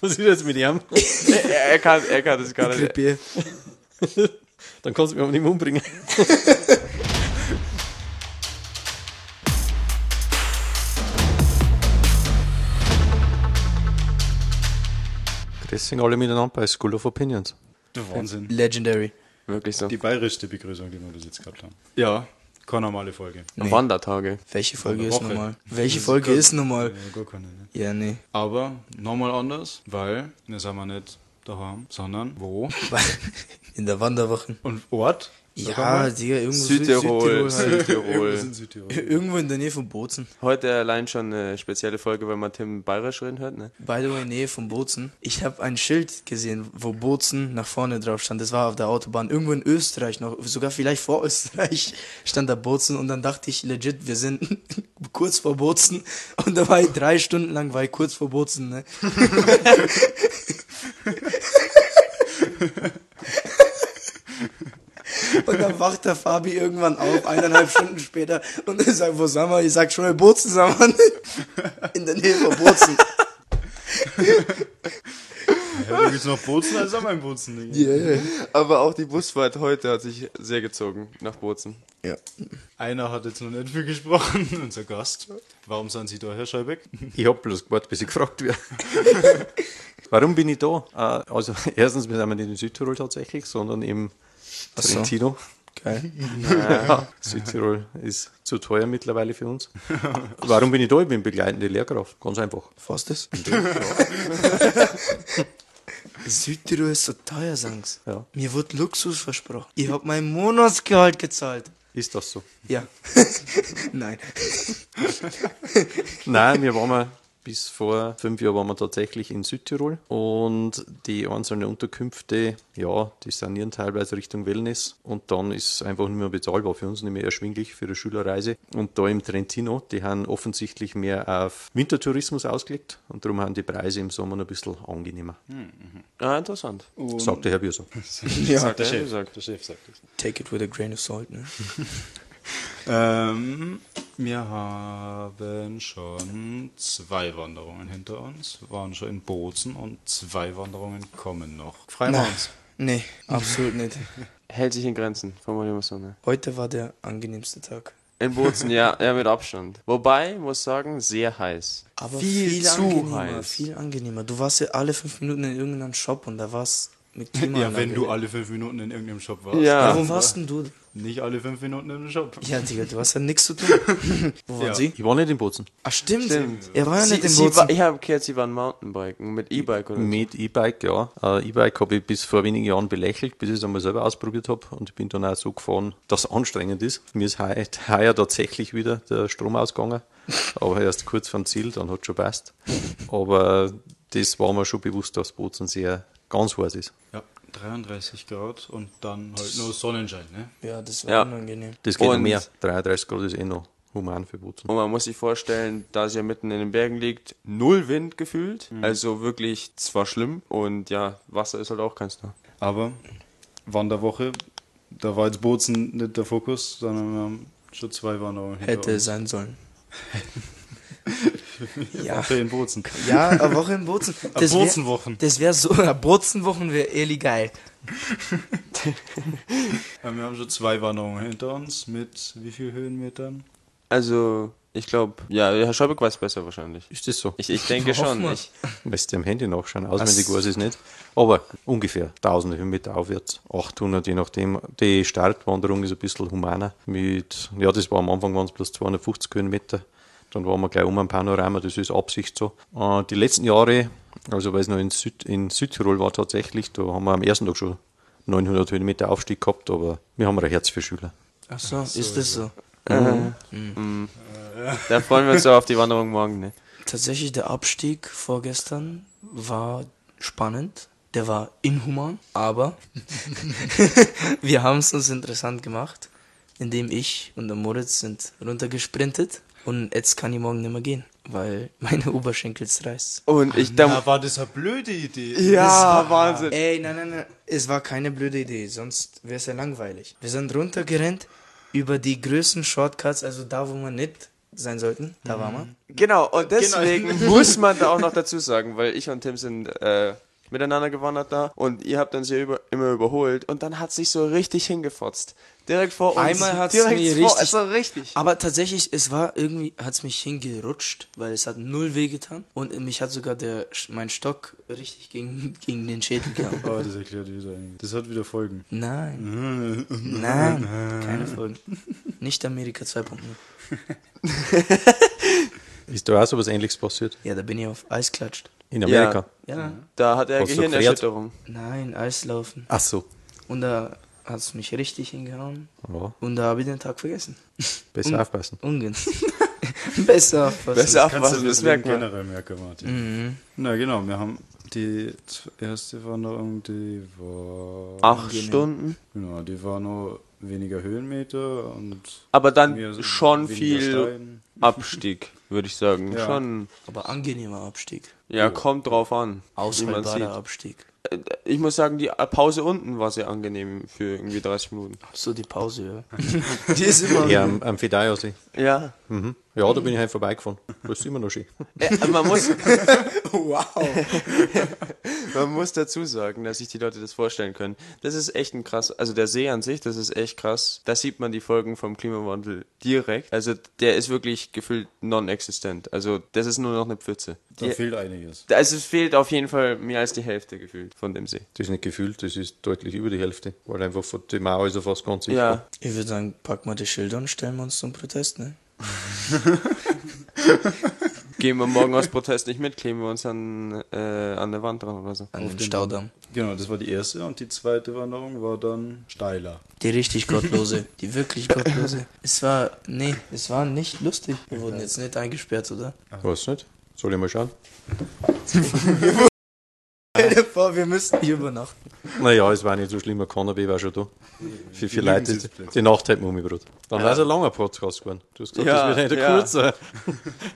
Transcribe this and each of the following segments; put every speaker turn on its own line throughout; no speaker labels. Was ist jetzt mit ihm?
er, kann, er kann das gar nicht.
Creepy.
Dann kannst du mich aber nicht mehr umbringen. Grüß alle miteinander bei School of Opinions.
Der Wahnsinn.
Legendary.
Wirklich so.
Die bayerischste Begrüßung, die wir bis jetzt gehabt haben.
Ja.
Keine normale Folge.
Nee.
Wandertage.
Welche Folge ist
Woche.
nochmal? Welche Folge ist nochmal?
Ja, gar keine, ne?
Ja, nee.
Aber nochmal anders, weil wir sind wir nicht daheim, sondern wo?
In der Wanderwoche.
Und Ort? Sag
Ja,
mal.
Digga, irgendwo
Südtirol.
Südtirol halt.
Irgendwas in
Südtirol.
Südtirol.
Irgendwo in der Nähe von Bozen.
Heute allein schon eine spezielle Folge, weil man Tim bayerisch reden hört, ne?
By the way, Nähe von Bozen. Ich habe ein Schild gesehen, wo Bozen nach vorne drauf stand. Das war auf der Autobahn. Irgendwo in Österreich noch, sogar vielleicht vor Österreich, stand da Bozen. Und dann dachte ich legit, wir sind kurz vor Bozen. Und da war ich drei Stunden lang, war ich kurz vor Bozen, ne? Und dann wacht der Fabi irgendwann auf, eineinhalb Stunden später, und er sagt, wo sind wir? Ich sag schon mal Bozen, sind wir nicht. In der Nähe von Bozen.
Ja, da gibt's noch Bozen, also haben wir in Bozen. Digga.
Aber auch die Busfahrt heute hat sich sehr gezogen nach Bozen.
Ja.
Einer hat jetzt noch nicht viel gesprochen, unser Gast. Warum sind Sie da, Herr Scheibeck?
Ich hab bloß gewartet, bis ich gefragt werde. Warum bin ich da? Äh, Also, erstens, wir sind nicht in Südtirol tatsächlich, sondern im
so.
Trentino.
Geil.
Ja, Südtirol ist zu teuer mittlerweile für uns. Warum bin ich da? Ich bin begleitende Lehrkraft. Ganz einfach.
Fast ist. Südtirol ist so teuer, sagst
Ja.
Mir wurde Luxus versprochen. Ich hab mein Monatsgehalt gezahlt.
Ist das so?
Ja. Nein.
Nein, wir waren mal bis vor fünf Jahren waren wir tatsächlich in Südtirol und die einzelnen Unterkünfte, ja, die sanieren teilweise Richtung Wellness und dann ist es einfach nicht mehr bezahlbar für uns, nicht mehr erschwinglich für eine Schülerreise. Und da im Trentino, die haben offensichtlich mehr auf Wintertourismus ausgelegt und darum haben die Preise im Sommer noch ein bisschen angenehmer,
Ah, interessant.
sagt der Herr Bürser.
Ja.
der, Chef.
gesagt.
der Chef sagt das.
Take it with a grain of salt, ne?
Ähm, wir haben schon zwei Wanderungen hinter uns, waren schon in Bozen und zwei Wanderungen kommen noch. Freuen wir uns.
Nee, absolut nicht.
Hält sich in Grenzen, formulieren wir es so, ne?
Heute war der angenehmste Tag.
In Bozen, ja, ja, mit Abstand. Wobei, muss sagen, sehr heiß.
Aber
Viel
viel,
zu
angenehmer,
heiß.
viel angenehmer. Du warst ja alle fünf Minuten in irgendeinem Shop und da war's mit Klima.
Ja, wenn du alle fünf Minuten in irgendeinem Shop ne? warst.
Ja.
Warum warst denn du?
Nicht alle fünf Minuten in einem Shop.
Ja, Digga, du hast ja nichts zu tun. Wo waren
Ja.
sie?
Ich war nicht in Bozen.
Ach, stimmt.
Stimmt.
Er war ja
Sie,
nicht im
sie
Bozen.
war, ich habe gehört, sie waren Mountainbiken mit E-Bike oder
Mit E-Bike, ja. Äh, E-Bike habe ich bis vor wenigen Jahren belächelt, bis ich es einmal selber ausprobiert habe. Und ich bin dann auch so gefahren, dass es anstrengend ist. Mir ist heuer, heuer tatsächlich wieder der Strom ausgegangen. Aber erst kurz vom Ziel, dann hat schon passt. Aber das war mir schon bewusst, dass Bozen sehr ganz heiß ist.
Ja, 33 Grad und dann halt nur Sonnenschein, ne?
Ja, das war
Ja.
unangenehm.
Das geht noch
Und-
mehr. 33 Grad ist eh noch human für Bozen.
Und man muss sich vorstellen, da sie ja mitten in den Bergen liegt, null Wind gefühlt.
Mhm.
Also wirklich zwar schlimm und ja, Wasser ist halt auch keins da.
Aber Wanderwoche, da war jetzt Bozen nicht der Fokus, sondern wir haben schon zwei Wanderungen hinter
Hätte
uns.
sein sollen. ja.
Woche in Bozen.
Ja, eine Woche in Bozen. Das wär-
Bozenwochen.
Das wäre so, eine Bozenwochen wäre ehrlich geil.
Wir haben schon zwei Wanderungen hinter uns mit wie viel Höhenmetern?
Also, ich glaube, ja, Herr Schäubeck weiß besser wahrscheinlich.
Ist das so?
Ich, ich denke
Hoffen
schon.
wir.
Ich,
Müsst ihr am Handy nachschauen, auswendig weiß ich es nicht. Aber ungefähr 1000 Höhenmeter aufwärts, 800, je nachdem. Die Startwanderung ist ein bisschen humaner. Mit, ja, das war am Anfang waren es bloß 250 Höhenmeter. Dann waren wir gleich um am Panorama, das ist Absicht so. Äh, die letzten Jahre, also weil es noch in, Süd, in Südtirol war tatsächlich, da haben wir am ersten Tag schon 900 Höhenmeter Aufstieg gehabt, aber wir haben ein Herz für Schüler.
Ach so, ist das so?
da freuen wir uns ja auf die Wanderung morgen, ne?
Tatsächlich, der Abstieg vorgestern war spannend. Der war inhuman, aber wir haben es uns interessant gemacht, indem ich und der Moritz sind runtergesprintet und jetzt kann ich morgen nicht mehr gehen, weil meine Oberschenkel reißt.
Und ich da.
war das eine blöde Idee.
Ja, Wahnsinn.
Ey, nein, nein, nein. Es war keine blöde Idee, sonst wäre es ja langweilig. Wir sind runtergerannt über die größten Shortcuts, also da, wo man nicht sein sollten. Da waren wir.
Genau, und deswegen muss man da auch noch dazu sagen, weil ich und Tim sind äh, miteinander gewandert da und ihr habt uns ja über, immer überholt und dann hat sich so richtig hingefotzt. Direkt vor uns.
Einmal hat's
direkt
mir
vor,
richtig-
Also richtig.
Aber tatsächlich, es war irgendwie, hat es mich hingerutscht, weil es hat null weh getan. Und mich hat sogar der, mein Stock richtig gegen, gegen den Schädel gehauen.
Oh, das erklärt wieder einiges. Das hat wieder Folgen.
Mhm.
Nein.
Hm.
Nein. Keine Folgen. Nicht Amerika 2.0.
Ist da auch so was ähnliches passiert?
Ja, da bin ich auf Eis klatscht.
In Amerika?
Ja.
Da hat er
Hast du
Gehirnerschütterung.
Nein, Eislaufen.
Ach so.
Und da hat es mich richtig hingehauen.
Ja,
Und da habe ich den Tag vergessen.
besser
Und-
aufpassen.
Ungünstig. Besser Mhm. aufpassen.
Besser
Kannst du
aufpassen,
dir
das
das
merkt
Leben
man.
generell merken, Martin. Na genau, wir haben die z- erste Wanderung, die war...
Acht Stunden.
Genau, die war nur weniger Höhenmeter und...
Aber dann
wir sind
schon
weniger
viel
Stein.
Abstieg, würde ich sagen.
Ja.
Schon.
Aber angenehmer Abstieg.
Ja, kommt drauf an. wie man
Aushaltbarer
sieht. Äh,
Abstieg.
Ich muss sagen, die Pause unten war sehr angenehm für irgendwie 30 Minuten.
So die Pause, ja. die ist immer.
Ja, am, am Fidaiosi.
Ja.
Mhm. Ja, da bin ich halt vorbeigefahren. Das ist immer noch schön.
Äh, man muss,
Wow.
Man muss dazu sagen, dass sich die Leute das vorstellen können. Das ist echt ein krass, also der See an sich, das ist echt krass. Da sieht man die Folgen vom Klimawandel direkt. Also der ist wirklich gefühlt non-existent. Also das ist nur noch eine Pfütze.
Da
Die,
fehlt einiges.
also es fehlt auf jeden Fall mehr als die Hälfte gefühlt von dem See.
Das ist nicht gefühlt, das ist deutlich über die Hälfte. Weil einfach von die Mauer ist ja fast ganz sicher.
Ja,
Ich würde sagen, packen wir die Schilder und stellen wir uns zum Protest, ne?
gehen wir morgen aus Protest nicht mit, kleben wir uns an, äh, an der Wand dran oder so.
An den Staudamm.
Genau, das war die erste und die zweite Wanderung war dann steiler.
Die richtig Gottlose. Die wirklich Gottlose. Es war, nee, es war nicht lustig. Wir wurden jetzt nicht eingesperrt, oder?
Weiß nicht. Soll ich mal schauen?
Stell dir vor, wir müssten hier übernachten.
Naja, es war nicht so schlimm, ein Cannabis war schon da. Für viele Leute, die- die Nacht hat man umgebracht. Dann war es ein langer Podcast geworden. Du hast gesagt,
Ja,
das wird nicht
ja.
ein kurzer.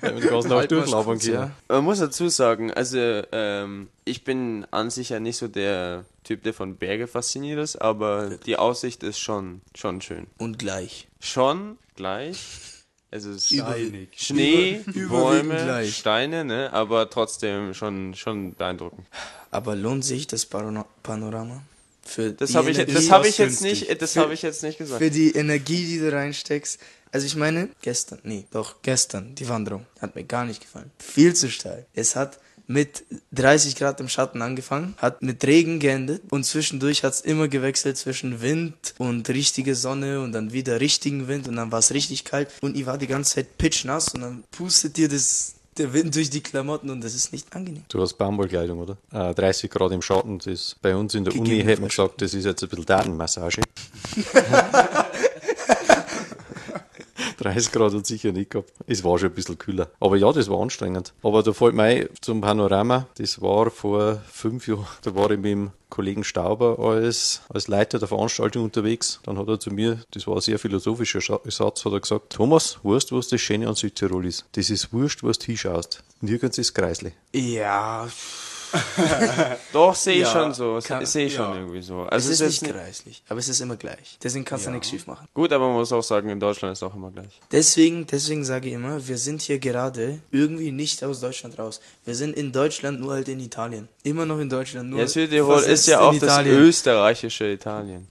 Wenn wir die ganze
Halt
Nacht durchlaufen können.
ja.
Man muss dazu sagen, also ähm, ich bin an sich ja nicht so der Typ, der von Berge fasziniert ist, aber die Aussicht ist schon, schon schön.
Und gleich.
schon gleich. Also, Es ist
Steinig.
Schnee, Bäume,
gleich.
Steine, ne? aber trotzdem schon, schon beeindruckend.
Aber lohnt sich das Pano- Panorama? Für
Das
die
habe ich,
Energie-
das hab ich jetzt
günstig.
nicht, das habe ich jetzt nicht gesagt.
Für die Energie, die du reinsteckst. Also ich meine, gestern, nee, doch, gestern, die Wanderung hat mir gar nicht gefallen. Viel zu steil. Es hat mit 30 Grad im Schatten angefangen, hat mit Regen geendet und zwischendurch hat es immer gewechselt zwischen Wind und richtige Sonne und dann wieder richtigen Wind und dann war es richtig kalt und ich war die ganze Zeit pitchnass und dann pustet dir das, der Wind durch die Klamotten und das ist nicht angenehm.
Du hast Baumwollkleidung, oder? Äh, 30 Grad im Schatten, das ist bei uns in der Uni,
Gegebenenfalls.
hätten wir gesagt, das ist jetzt ein bisschen Datenmassage. 30 Grad hat sicher nicht gehabt. Es war schon ein bisschen kühler. Aber ja, das war anstrengend. Aber da fällt mir ein, zum Panorama, das war vor fünf Jahren, da war ich mit dem Kollegen Stauber als, als Leiter der Veranstaltung unterwegs. Dann hat er zu mir, das war ein sehr philosophischer Scha- Satz, hat er gesagt, Thomas, weißt du, was das Schöne an Südtirol ist? Das ist wurscht, was du hinschaust. Nirgends ist Kreisli.
Ja,
Doch, sehe ich
Ja,
schon so.
kann-
Sehe ich schon
ja.
irgendwie so.
es
Also
ist,
es ist
nicht
jetzt
kreislich, aber es ist immer gleich. Deswegen kannst du nichts schief machen.
gut, aber man muss auch sagen, in Deutschland ist auch immer gleich.
Deswegen, deswegen sage ich immer, wir sind hier gerade irgendwie nicht aus Deutschland raus. Wir sind in Deutschland, nur halt in Italien. Immer noch in Deutschland, nur
Ja, Südtirol ist
versetzt
ja
in
auch das
Italien.
österreichische Italien.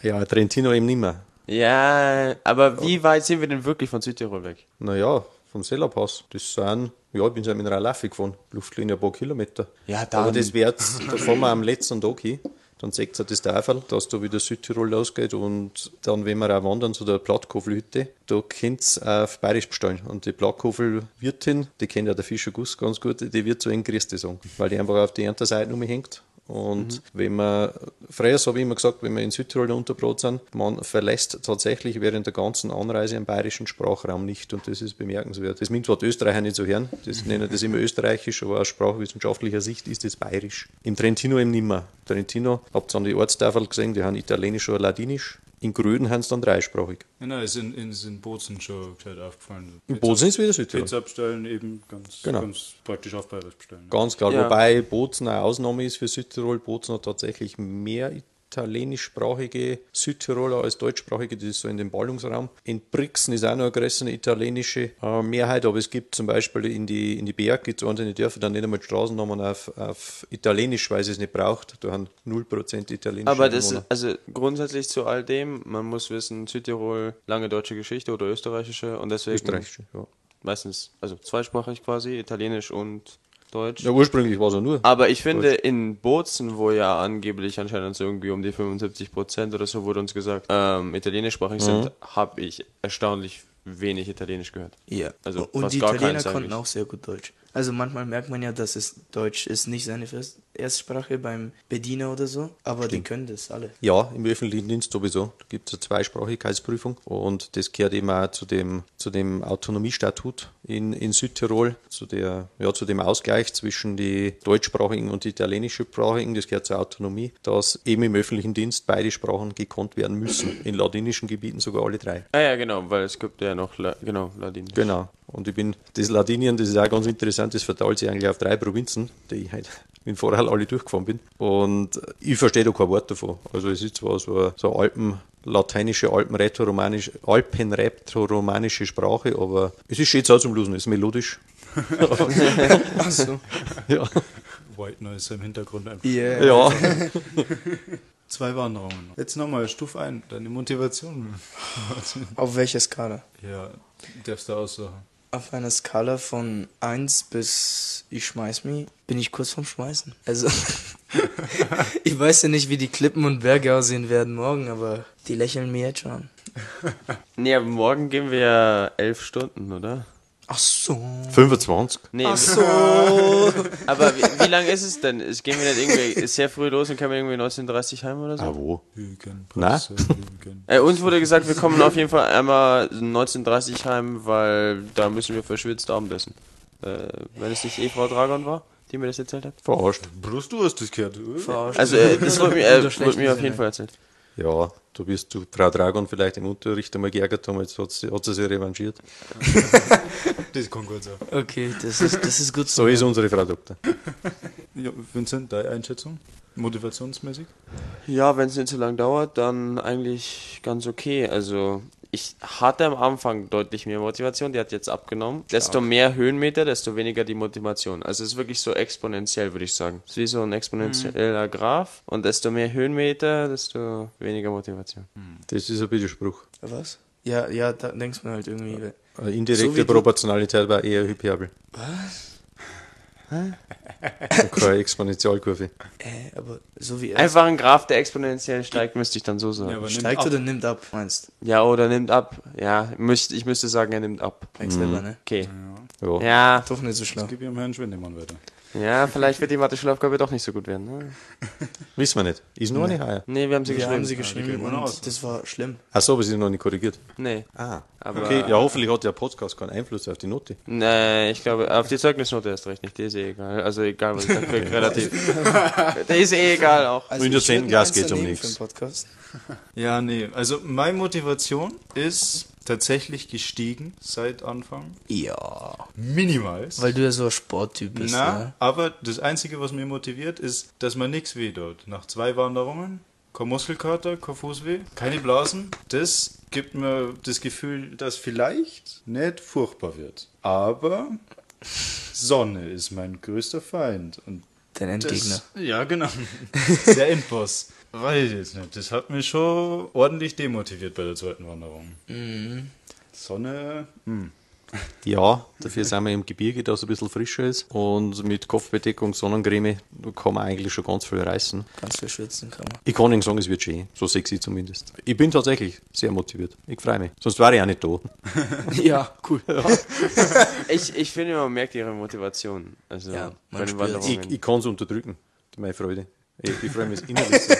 Ja, Trentino eben nicht mehr.
Ja, aber wie weit sind wir denn wirklich von Südtirol weg?
Naja, vom Sellerpass. Das sind, ja, ich bin seit mit einer Laffi gefahren. Luftlinie ein paar Kilometer.
Ja,
Aber
dann.
das wird, da fahren wir am letzten Tag hin. Dann seht ihr das Tafel, dass da wieder Südtirol losgeht. Und dann, wenn wir auch wandern zu der Plattkofelhütte, da könnt ihr auf Bayerisch bestellen. Und die Plattkofelwirtin, die kennt ja der Fischer Guss ganz gut, die wird so ein Christi sagen, weil die einfach auf die Ernteseite rumhängt. Und wenn man, Freies habe ich immer gesagt, wenn wir in Südtirol unterbrot sind, man verlässt tatsächlich während der ganzen Anreise den bayerischen Sprachraum nicht und das ist bemerkenswert. Das nimmt zwar die Österreicher nicht so hören, das nennen das immer österreichisch, aber aus sprachwissenschaftlicher Sicht ist das bayerisch. Im Trentino eben nimmer. Trentino, habt ihr an die Ortstafel gesehen, die haben italienisch oder ladinisch. In Gröden haben sie dann dreisprachig.
Ja, nein, ist in, in, ist in Bozen schon gescheit aufgefallen.
In Bozen ist wieder Südtirol.
Pizza bestellen, eben ganz,
Genau.
ganz praktisch auf Bayerisch bestellen.
Ganz klar,
Ja.
wobei Bozen eine Ausnahme ist für Südtirol. Bozen hat tatsächlich mehr italienischsprachige Südtiroler als deutschsprachige, das ist so in dem Ballungsraum. In Brixen ist auch noch eine größere italienische äh, Mehrheit, aber es gibt zum Beispiel in die, in die Berg, gibt es einzelne Dörfer, dann nicht einmal Straßennamen auf, auf Italienisch, weil sie es nicht braucht. Da haben 0% italienische
Aber das
Einwohner.
ist, also grundsätzlich zu all dem, man muss wissen, Südtirol, lange deutsche Geschichte oder österreichische und deswegen
Österreichisch, ja.
meistens, also zweisprachig quasi, Italienisch und Deutsch.
ja. Ursprünglich war es ja nur.
Aber ich finde, in Bozen, wo ja angeblich anscheinend so irgendwie um die 75 Prozent oder so wurde uns gesagt, ähm, italienischsprachig sind, habe ich erstaunlich wenig Italienisch gehört.
Ja.
Also
und
fast
die
gar
Italiener
keins
konnten
eigentlich.
auch sehr gut Deutsch. Also manchmal merkt man ja, dass es Deutsch ist nicht seine First- Erstsprache beim Bediener oder so, aber die können das alle.
Ja, im öffentlichen Dienst sowieso. Da gibt es eine Zweisprachigkeitsprüfung und das gehört eben auch zu dem, zu dem Autonomiestatut in, in Südtirol, zu, der, ja, zu dem Ausgleich zwischen die deutschsprachigen und die italienischsprachigen. Das gehört zur Autonomie, dass eben im öffentlichen Dienst beide Sprachen gekonnt werden müssen. In ladinischen Gebieten sogar alle drei.
Ah ja, genau, weil es gibt ja noch, La genau, Ladin.
Genau. Und ich bin, das Ladinien, das ist auch ganz interessant, das verteilt sich eigentlich auf drei Provinzen, die ich halt in Vorhall alle durchgefahren bin. Und ich verstehe da kein Wort davon. Also es ist zwar so eine, so eine Alpen, lateinische, alpenrätoromanische, alpenrätoromanische Sprache, aber es ist schön so zum Losen, es ist melodisch.
Ach so.
Ja.
White Noise im Hintergrund einfach.
Yeah.
ja.
Zwei Wanderungen. Jetzt nochmal, Stufe ein, deine Motivation.
Auf welcher Skala?
ja, darfst du aussuchen.
Auf einer Skala von 1 bis ich schmeiß mich, bin ich kurz vorm Schmeißen. Also, ich weiß ja nicht, wie die Klippen und Berge aussehen werden morgen, aber die lächeln mir jetzt schon an.
Nee, aber morgen gehen wir ja elf Stunden, oder?
Ach so.
25.
Nee,
Ach so.
aber wie, wie lange ist es denn? Es gehen wir nicht irgendwie ist sehr früh los und können wir irgendwie 19.30 heim oder so?
Ah, wo?
Hügen,
Na?
Presse, Hügen.
Äh, uns wurde gesagt, wir kommen auf jeden Fall einmal 19.30 heim, weil da müssen wir verschwitzt Abendessen. Äh, wenn es nicht eh Frau Dragon war, die mir das erzählt hat.
Verarscht.
Bloß du hast das gehört.
Verarscht.
Also, äh, das wurde mir,
Unter
äh,
schlechten
wurde mir auf
Sinne.
jeden Fall erzählt.
Ja, du wirst du Frau Dragon vielleicht im Unterricht einmal geärgert haben, jetzt hat sie, hat sie sich revanchiert.
Das kommt gut so.
Okay, das ist, das ist gut
So ist unsere Frau Doktor.
Ja, Vincent, deine Einschätzung? Motivationsmäßig?
Ja, wenn es nicht so lange dauert, dann eigentlich ganz okay. Also ich hatte am Anfang deutlich mehr Motivation, die hat jetzt abgenommen. Desto mehr Höhenmeter, desto weniger die Motivation. Also es ist wirklich so exponentiell, würde ich sagen. Es ist wie so ein exponentieller Graph und desto mehr Höhenmeter, desto weniger Motivation.
Das ist ein Widerspruch.
Was? Ja, ja, da denkst du mir halt irgendwie.
Eine
So
Äh, indirekte
wie du-
Proportionalität war eher Hyperbel. Was? Und keine Exponentialkurve.
Äh, aber so wie er es
Einfach ein Graph, der exponentiell steigt, müsste ich dann so sagen.
aber
steigt oder nimmt ab, meinst
Ja, oder nimmt ab. Ja, müsst, ich müsste sagen, er nimmt ab.
du? Merkst
Mhm.
selber, ne?
Okay.
Ja.
Ja,
Doch nicht so schlau.
Gib ihrem Herrn Schwindemann weiter.
ja, vielleicht wird die Mathe-Schulaufgabe doch nicht so gut werden. Ne?
Wissen wir nicht. Ist noch nicht heuer.
Nee, wir haben sie
Wir haben
geschrieben.
sie geschrieben
gehen ohne aus.
und das war schlimm.
Achso, aber sie ist noch nicht korrigiert.
Nee.
Ah.
Aber-
okay, ja, hoffentlich hat der Podcast keinen Einfluss auf die Note.
Nee, ich glaube, auf die Zeugnisnote erst recht nicht. Die ist eh egal. Also egal, was ich da krieg, relativ. die ist eh egal auch.
Also
Wenn du
ich würd
zehnten Gas
eins
geht's um
daneben für
nichts.
den Podcast.
Ja, nee. Also meine Motivation ist tatsächlich gestiegen seit Anfang.
Ja.
Minimal.
Weil du ja so ein Sporttyp bist,
Na,
ne?
aber das Einzige, was mir motiviert, ist, dass man nichts weh tut. Nach zwei Wanderungen, kein Muskelkater, kein Fußweh, keine Blasen. Das gibt mir das Gefühl, dass vielleicht nicht furchtbar wird. Aber Sonne ist mein größter Feind. Und
Dein
das,
Endgegner.
Ja, genau. Der Endboss. Weiß ich jetzt nicht. Das hat mich schon ordentlich demotiviert bei der zweiten Wanderung. Mhm. Sonne, hm.
Ja, dafür sind wir im Gebirge, das ein bisschen frischer ist. Und mit Kopfbedeckung, Sonnencreme da kann man eigentlich schon ganz viel reißen.
Ganz viel schwitzen kann man.
Ich kann nicht sagen, es wird schön. So sexy zumindest. Ich bin tatsächlich sehr motiviert. Ich freue mich. Sonst wäre ich auch nicht da.
Ja, cool.
Ich, ich finde, man merkt ihre Motivation. Also
Ja, man
bei den
spürt's.
Wanderungen.
Ich, ich kann es unterdrücken, meine Freude. Ich, ich freue mich innerlich. sehr.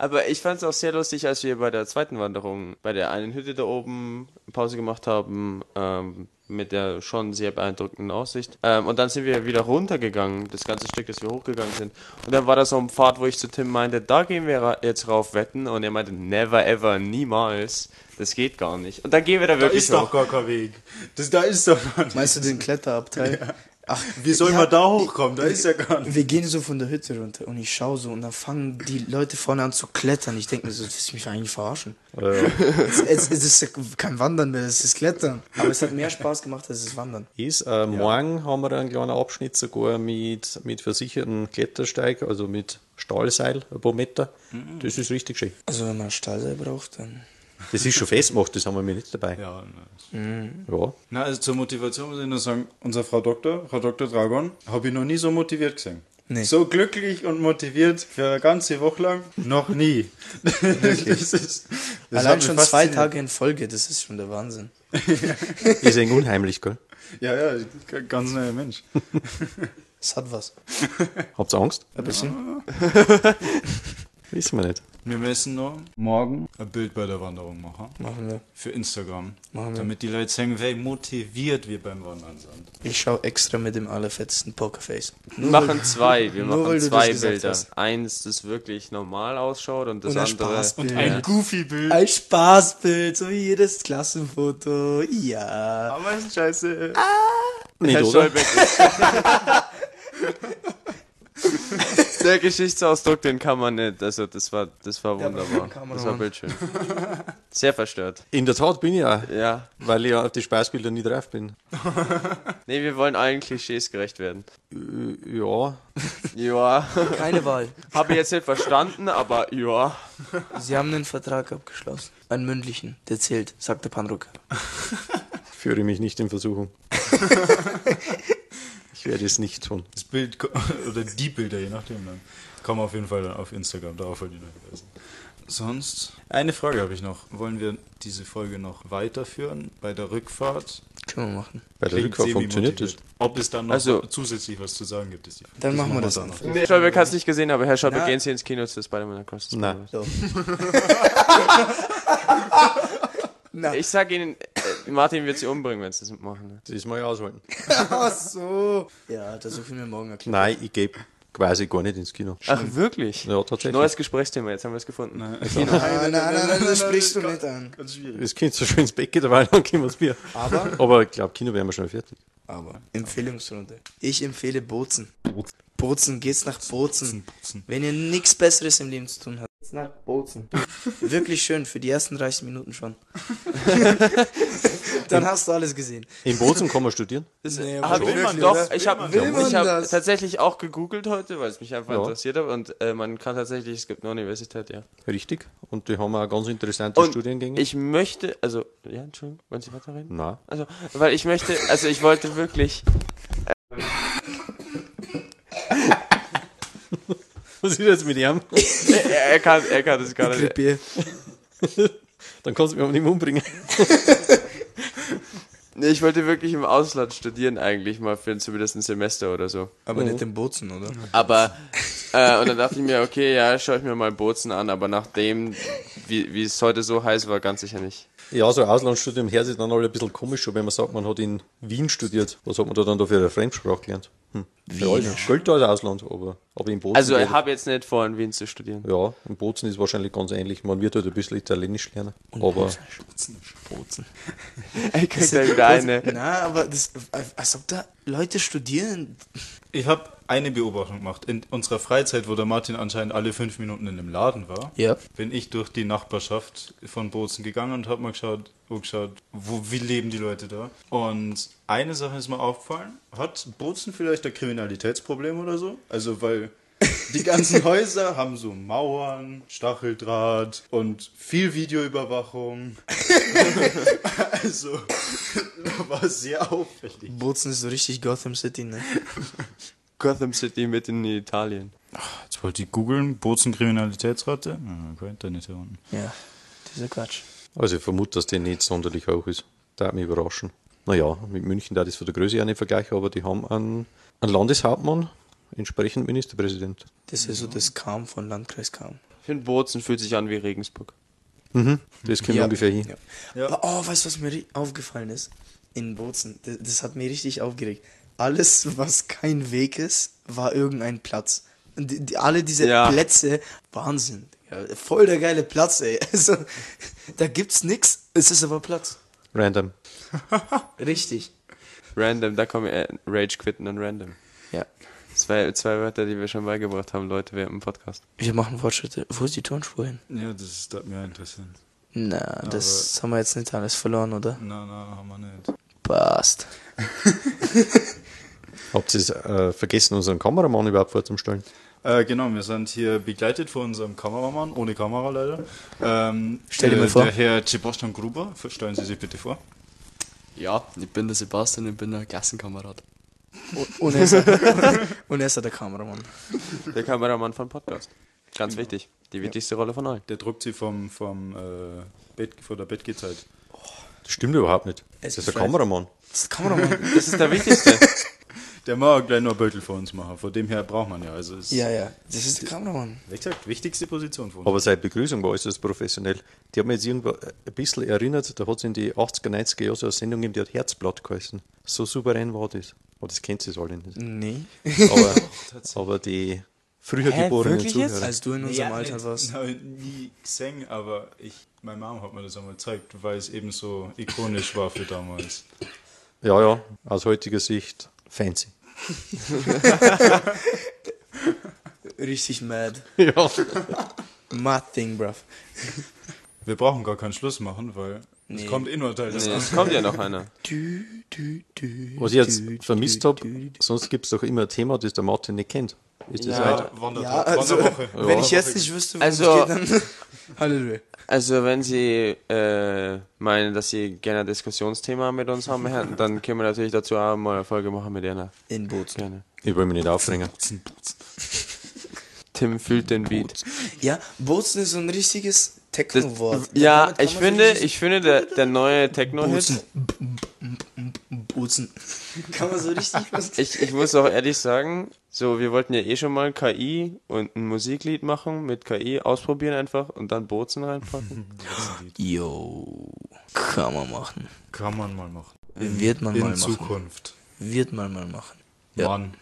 Aber ich fand es auch sehr lustig, als wir bei der zweiten Wanderung, bei der einen Hütte da oben Pause gemacht haben, ähm, mit der schon sehr beeindruckenden Aussicht. Ähm, und dann sind wir wieder runtergegangen, das ganze Stück, das wir hochgegangen sind. Und dann war da so ein Pfad, wo ich zu Tim meinte, da gehen wir ra- jetzt rauf wetten. Und er meinte, never ever, niemals. Das geht gar nicht. Und dann gehen wir da
Da
wirklich
ist doch
hoch.
gar kein Weg. Das, da ist doch noch
Meinst du den Kletterabteil?
Ach, wie soll man da hochkommen? Da ist ja gar nicht.
Wir gehen so von der Hütte runter und ich schaue so und dann fangen die Leute vorne an zu klettern. Ich denke mir so, willst du mich eigentlich verarschen? Es, es, es ist ja kein Wandern mehr, es ist Klettern. Aber es hat mehr Spaß gemacht als das Wandern.
Ist, äh, Morgen haben wir einen kleinen Abschnitt sogar mit, mit versicherten Klettersteig, also mit Stahlseil, ein paar Meter. Das ist richtig schön.
Also wenn man einen Stahlseil braucht, dann...
Das ist schon festgemacht, das haben wir mir nicht dabei. Ja.
Ja, nice.
ja.
Na, also zur Motivation muss ich nur sagen, unsere Frau Doktor, Frau Dr. Dragon, habe ich noch nie so motiviert gesehen.
Nee.
So glücklich und motiviert für eine ganze Woche lang noch nie. das ist, das hat
Allein
mich
schon zwei
fasziniert.
Tage in Folge, das ist schon der Wahnsinn.
Ist irgendwie unheimlich, gell?
Ja, ja, g- ganz neuer Mensch.
Es hat was.
Habt ihr Angst?
Ein bisschen.
Wissen wir nicht.
Wir müssen noch morgen ein Bild bei der Wanderung machen.
Machen wir.
Für Instagram.
Machen wir.
Damit die Leute sagen, wie motiviert wir beim Wandern sind.
Ich schaue extra mit dem allerfetzten Pokerface.
Wir machen zwei, wir
nur
machen
weil du
zwei
das gesagt
Bilder.
hast.
Eins, das wirklich normal ausschaut und das
Und ein
andere.
Spaßbild.
Ein Goofy-Bild.
Ein Spaßbild, so wie jedes Klassenfoto. Ja.
Aber ist scheiße.
Nicht,
Herr
oder?
Stolbeck ist. Der Geschichtsausdruck, den kann man nicht. Also das war das war
aber
wunderbar.
kann man
das war
machen.
bildschön. Sehr verstört.
In der Tat bin ich ja,
Ja.
weil ich ja auf die Spaßbilder nie drauf bin.
Nee, wir wollen allen Klischees gerecht werden.
Äh, Ja,
Ja.
Keine Wahl.
Habe ich jetzt nicht verstanden, aber ja.
Sie haben einen Vertrag abgeschlossen. Einen mündlichen, der zählt, sagte Panruka.
führe mich nicht in Versuchung. ich werde es nicht tun.
Das Bild, ko- oder die Bilder, je nachdem dann. Kommen auf jeden Fall dann auf Instagram, darauf wollte ich noch hinweisen. Sonst, eine Frage habe ich noch. Wollen wir diese Folge noch weiterführen bei der Rückfahrt?
Können wir machen.
Bei der
Klingt
Rückfahrt funktioniert das.
semi-motiviert. Ob es dann noch
Also-
zusätzlich was zu sagen gibt, ist die Frage.
Dann machen wir das
dann
einfach.
noch.
Herr Stolbeck hat es nicht gesehen, aber Herr Stolbeck,
Na.
gehen Sie ins Kino zu Spider-Man Across the
Na.
Spider-Verse.
So.
Ich sag Ihnen, äh, Martin wird Sie umbringen, wenn Sie das nicht machen. ne?
Das mal aushalten.
Ach so. Ja, das suche ich mir morgen erklären.
Nein, ich gebe quasi gar nicht ins Kino.
Ach, wirklich?
Ja, tatsächlich.
Neues Gesprächsthema, jetzt haben wir es gefunden.
Nein, nein, nein, nein, das sprichst du nicht an.
Ganz schwierig.
Das Kind so schön ins Bett geht, aber dann gehen wir ins Bier.
Aber?
Aber ich glaube, Kino wären wir schon fertig.
Aber Empfehlungsrunde. Ich empfehle Bozen. Bozen, geht's nach Bozen.
Bozen.
Wenn ihr nichts Besseres im Leben zu tun habt. Geht's nach Bozen. Wirklich schön, für die ersten 30 Minuten schon. Dann hast du alles gesehen.
In Bozen kann man studieren.
Das
Nee,
hab
will
ich
man
doch,
das?
ich habe
Will man
ich hab
das?
tatsächlich auch gegoogelt heute, weil es mich einfach
Ja.
interessiert hat und äh, man kann tatsächlich, es gibt eine Universität, ja.
Richtig. Und die haben auch ganz interessante
Und
Studiengänge.
ich möchte, also, ja, Entschuldigung, wollen Sie weiterreden?
Nein.
Also, weil ich möchte, also ich wollte wirklich,
Was ist jetzt mit ihm?
er, er kann, er kann das gar nicht.
Krippier.
Dann kannst du mich aber nicht mehr umbringen.
Nee, ich wollte wirklich im Ausland studieren eigentlich mal für zumindest ein Semester oder so.
Aber nicht in Bozen, oder?
Aber, äh, und dann dachte ich mir, okay, ja, schaue ich mir mal Bozen an, aber nachdem, wie wie es heute so heiß war, ganz sicher nicht.
Ja, so ein Auslandsstudium hört sich dann alle ein bisschen komisch an, wenn man sagt, man hat in Wien studiert. Was hat man da dann da für eine Fremdsprache gelernt? Hm. Für alle. Gilt da als Ausland, aber, aber in Bozen.
Also,
glaub
ich habe jetzt nicht vor, in Wien zu studieren.
Ja, in Bozen ist wahrscheinlich ganz ähnlich. Man wird halt ein bisschen Italienisch lernen. Aber
Bozen.
Ich krieg da wieder eine.
Also, Na, aber das, als ob da Leute studieren.
Ich habe eine Beobachtung gemacht. In unserer Freizeit, wo der Martin anscheinend alle fünf Minuten in einem Laden war,
Ja.
bin ich durch die Nachbarschaft von Bozen gegangen und habe mal geschaut, wo geschaut wo, wie leben die Leute da. Und eine Sache ist mir aufgefallen, hat Bozen vielleicht ein Kriminalitätsproblem oder so? Also weil die ganzen Häuser haben so Mauern, Stacheldraht und viel Videoüberwachung. also war sehr auffällig.
Bozen ist so richtig Gotham City, ne?
Gotham City mit in Italien.
Jetzt wollte ich googeln, Bozen Kriminalitätsrate? Ah, Okay, dann ist er unten.
Ja. Dieser Quatsch.
also ich vermute, dass der nicht sonderlich hoch ist. Da hat mich überraschen. Naja, mit München da das von der Größe auch nicht vergleichen, aber die haben einen, einen Landeshauptmann, entsprechend Ministerpräsident.
Das ist ja so das Kam von Landkreis Kam.
Ich finde, Bozen fühlt sich an wie Regensburg.
Das kommt
Ja.
ungefähr hin.
Ja.
Ja.
Aber, Oh, weißt du, was mir ri- aufgefallen ist? In Bozen. Das, das hat mich richtig aufgeregt. Alles, was kein Weg ist, war irgendein Platz. Und die, die, alle diese
Ja.
Plätze, Wahnsinn. Ja, voll der geile Platz, ey. Also, da gibt's nix, es ist aber Platz.
Random.
Richtig.
Random, da kommen äh, Rage Quitten und Random.
Ja.
Zwei, zwei Wörter, die wir schon beigebracht haben, Leute, während dem Podcast.
Wir machen Fortschritte. Wo ist die Tonspur hin?
Ja, das ist das mir interessant.
Na, das haben wir jetzt nicht alles verloren, oder?
Na, na, haben wir nicht.
Passt.
Habt ihr äh, vergessen, unseren Kameramann überhaupt vorzustellen?
Äh, genau, wir sind hier begleitet von unserem Kameramann, ohne Kamera leider. Ähm,
Stell dir
der-
mal vor.
Der Herr Sebastian Gruber, stellen Sie sich bitte vor.
Ja, ich bin der Sebastian, ich bin der Klassenkamerad.
Und er ist, und er ist der Kameramann.
Der Kameramann von Podcast. Ganz wichtig. Die wichtigste Rolle von allen.
Der druckt sie vom, vom äh, Bett, vor der Bettgezeit.
Das stimmt überhaupt nicht.
Es
das ist der
ist
Kameramann.
Das ist der Kameramann.
Das ist der wichtigste.
Der mag gleich noch ein Beutel für uns machen, von dem her braucht man ja. Also ist,
ja, ja. Das ist der Kameramann.
wie gesagt, wichtigste Position von uns.
Aber seine Begrüßung war äußerst professionell. Die hat mich jetzt irgendwo äh, ein bisschen erinnert, da hat es in die 80er, 90er Jahre so eine Sendung gegeben, die hat Herzblatt geheißen. So souverän war das. Aber das kennt ihr alle nicht.
Nee.
Aber, aber die früher
Mhm. Hä,
geborenen
wirklich jetzt? Also
Zuhörer.
Als du in unserem Alter warst.
habe nie gesehen, aber ich, meine Mom hat mir das einmal gezeigt, weil es eben so ikonisch war für damals.
Ja, ja, aus heutiger Sicht fancy.
Richtig mad.
Ja.
Mad thing, bruv.
Wir brauchen gar keinen Schluss machen, weil
Nee.
es kommt eh nur ein Teil des
Nee, es kommt ja noch einer.
Du, du, du,
Was ich jetzt
du,
vermisst
du,
habe,
du, du.
sonst gibt es doch immer ein Thema, das der Martin nicht kennt. Ist das
Ja,
halt?
Wandertag-
Ja, also,
Wanderwoche.
wenn ich jetzt nicht wüsste, worum es
Also-
geht, dann... Halleluja.
Also wenn Sie äh, meinen, dass Sie gerne ein Diskussionsthema mit uns haben, Herr, dann können wir natürlich dazu auch mal eine Folge machen mit Jana.
In Bozen.
Gerne.
Ich will mich nicht aufbringen.
Tim fühlt den Beat.
Ja, Bozen ist so ein richtiges
Das,
Techno-Wort.
ja,
Damit kann
ich
man
finde,
so
ich finde der, der neue Techno-Hit.
richtig Bozen. Kann man so richtig was...
Ich, ich muss auch ehrlich sagen, so wir wollten ja eh schon mal KI und ein Musiklied machen mit KI ausprobieren einfach und dann Bozen reinpacken.
Yo. Kann man machen.
Kann man mal machen.
Wird man
In
mal machen.
Zukunft.
Wird man mal machen. Ja. Hm?
Mann,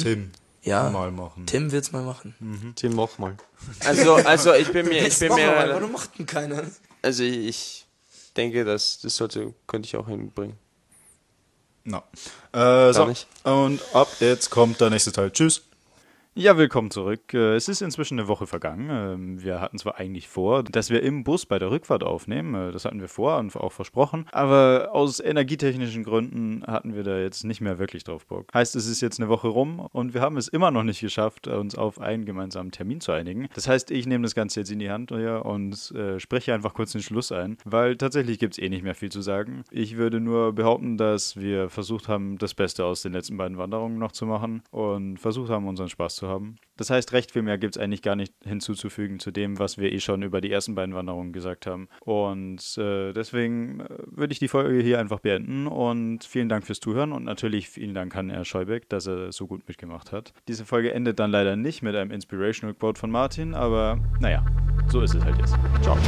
Tim,
Ja.
mal machen.
Tim wird's mal machen.
Tim, mach mal.
Also also ich bin mir ich bin
Mach mal,
mir
warum macht denn keiner?
also ich denke, dass das sollte könnte ich auch hinbringen.
Na. Äh, so.
nicht.
Und ab jetzt kommt der nächste Teil. Tschüss. Ja, willkommen zurück. Äh, Es ist inzwischen eine Woche vergangen. Ähm, Wir hatten zwar eigentlich vor, dass wir im Bus bei der Rückfahrt aufnehmen. Äh, Das hatten wir vor und auch versprochen. Aber aus energietechnischen Gründen hatten wir da jetzt nicht mehr wirklich drauf Bock. Heißt, es ist jetzt eine Woche rum und wir haben es immer noch nicht geschafft, äh, uns auf einen gemeinsamen Termin zu einigen. Das heißt, ich nehme das Ganze jetzt in die Hand ja, und äh, spreche einfach kurz den Schluss ein, weil tatsächlich gibt es eh nicht mehr viel zu sagen. Ich würde nur behaupten, dass wir versucht haben, das Beste aus den letzten beiden Wanderungen noch zu machen und versucht haben, unseren Spaß zu haben. Das heißt, recht viel mehr gibt es eigentlich gar nicht hinzuzufügen zu dem, was wir eh schon über die ersten beiden Wanderungen gesagt haben. Und äh, deswegen äh, würde ich die Folge hier einfach beenden und vielen Dank fürs Zuhören und natürlich vielen Dank an Herr Scheubeck, dass er so gut mitgemacht hat. Diese Folge endet dann leider nicht mit einem Inspirational Quote von Martin, aber naja, so ist es halt jetzt. Ciao.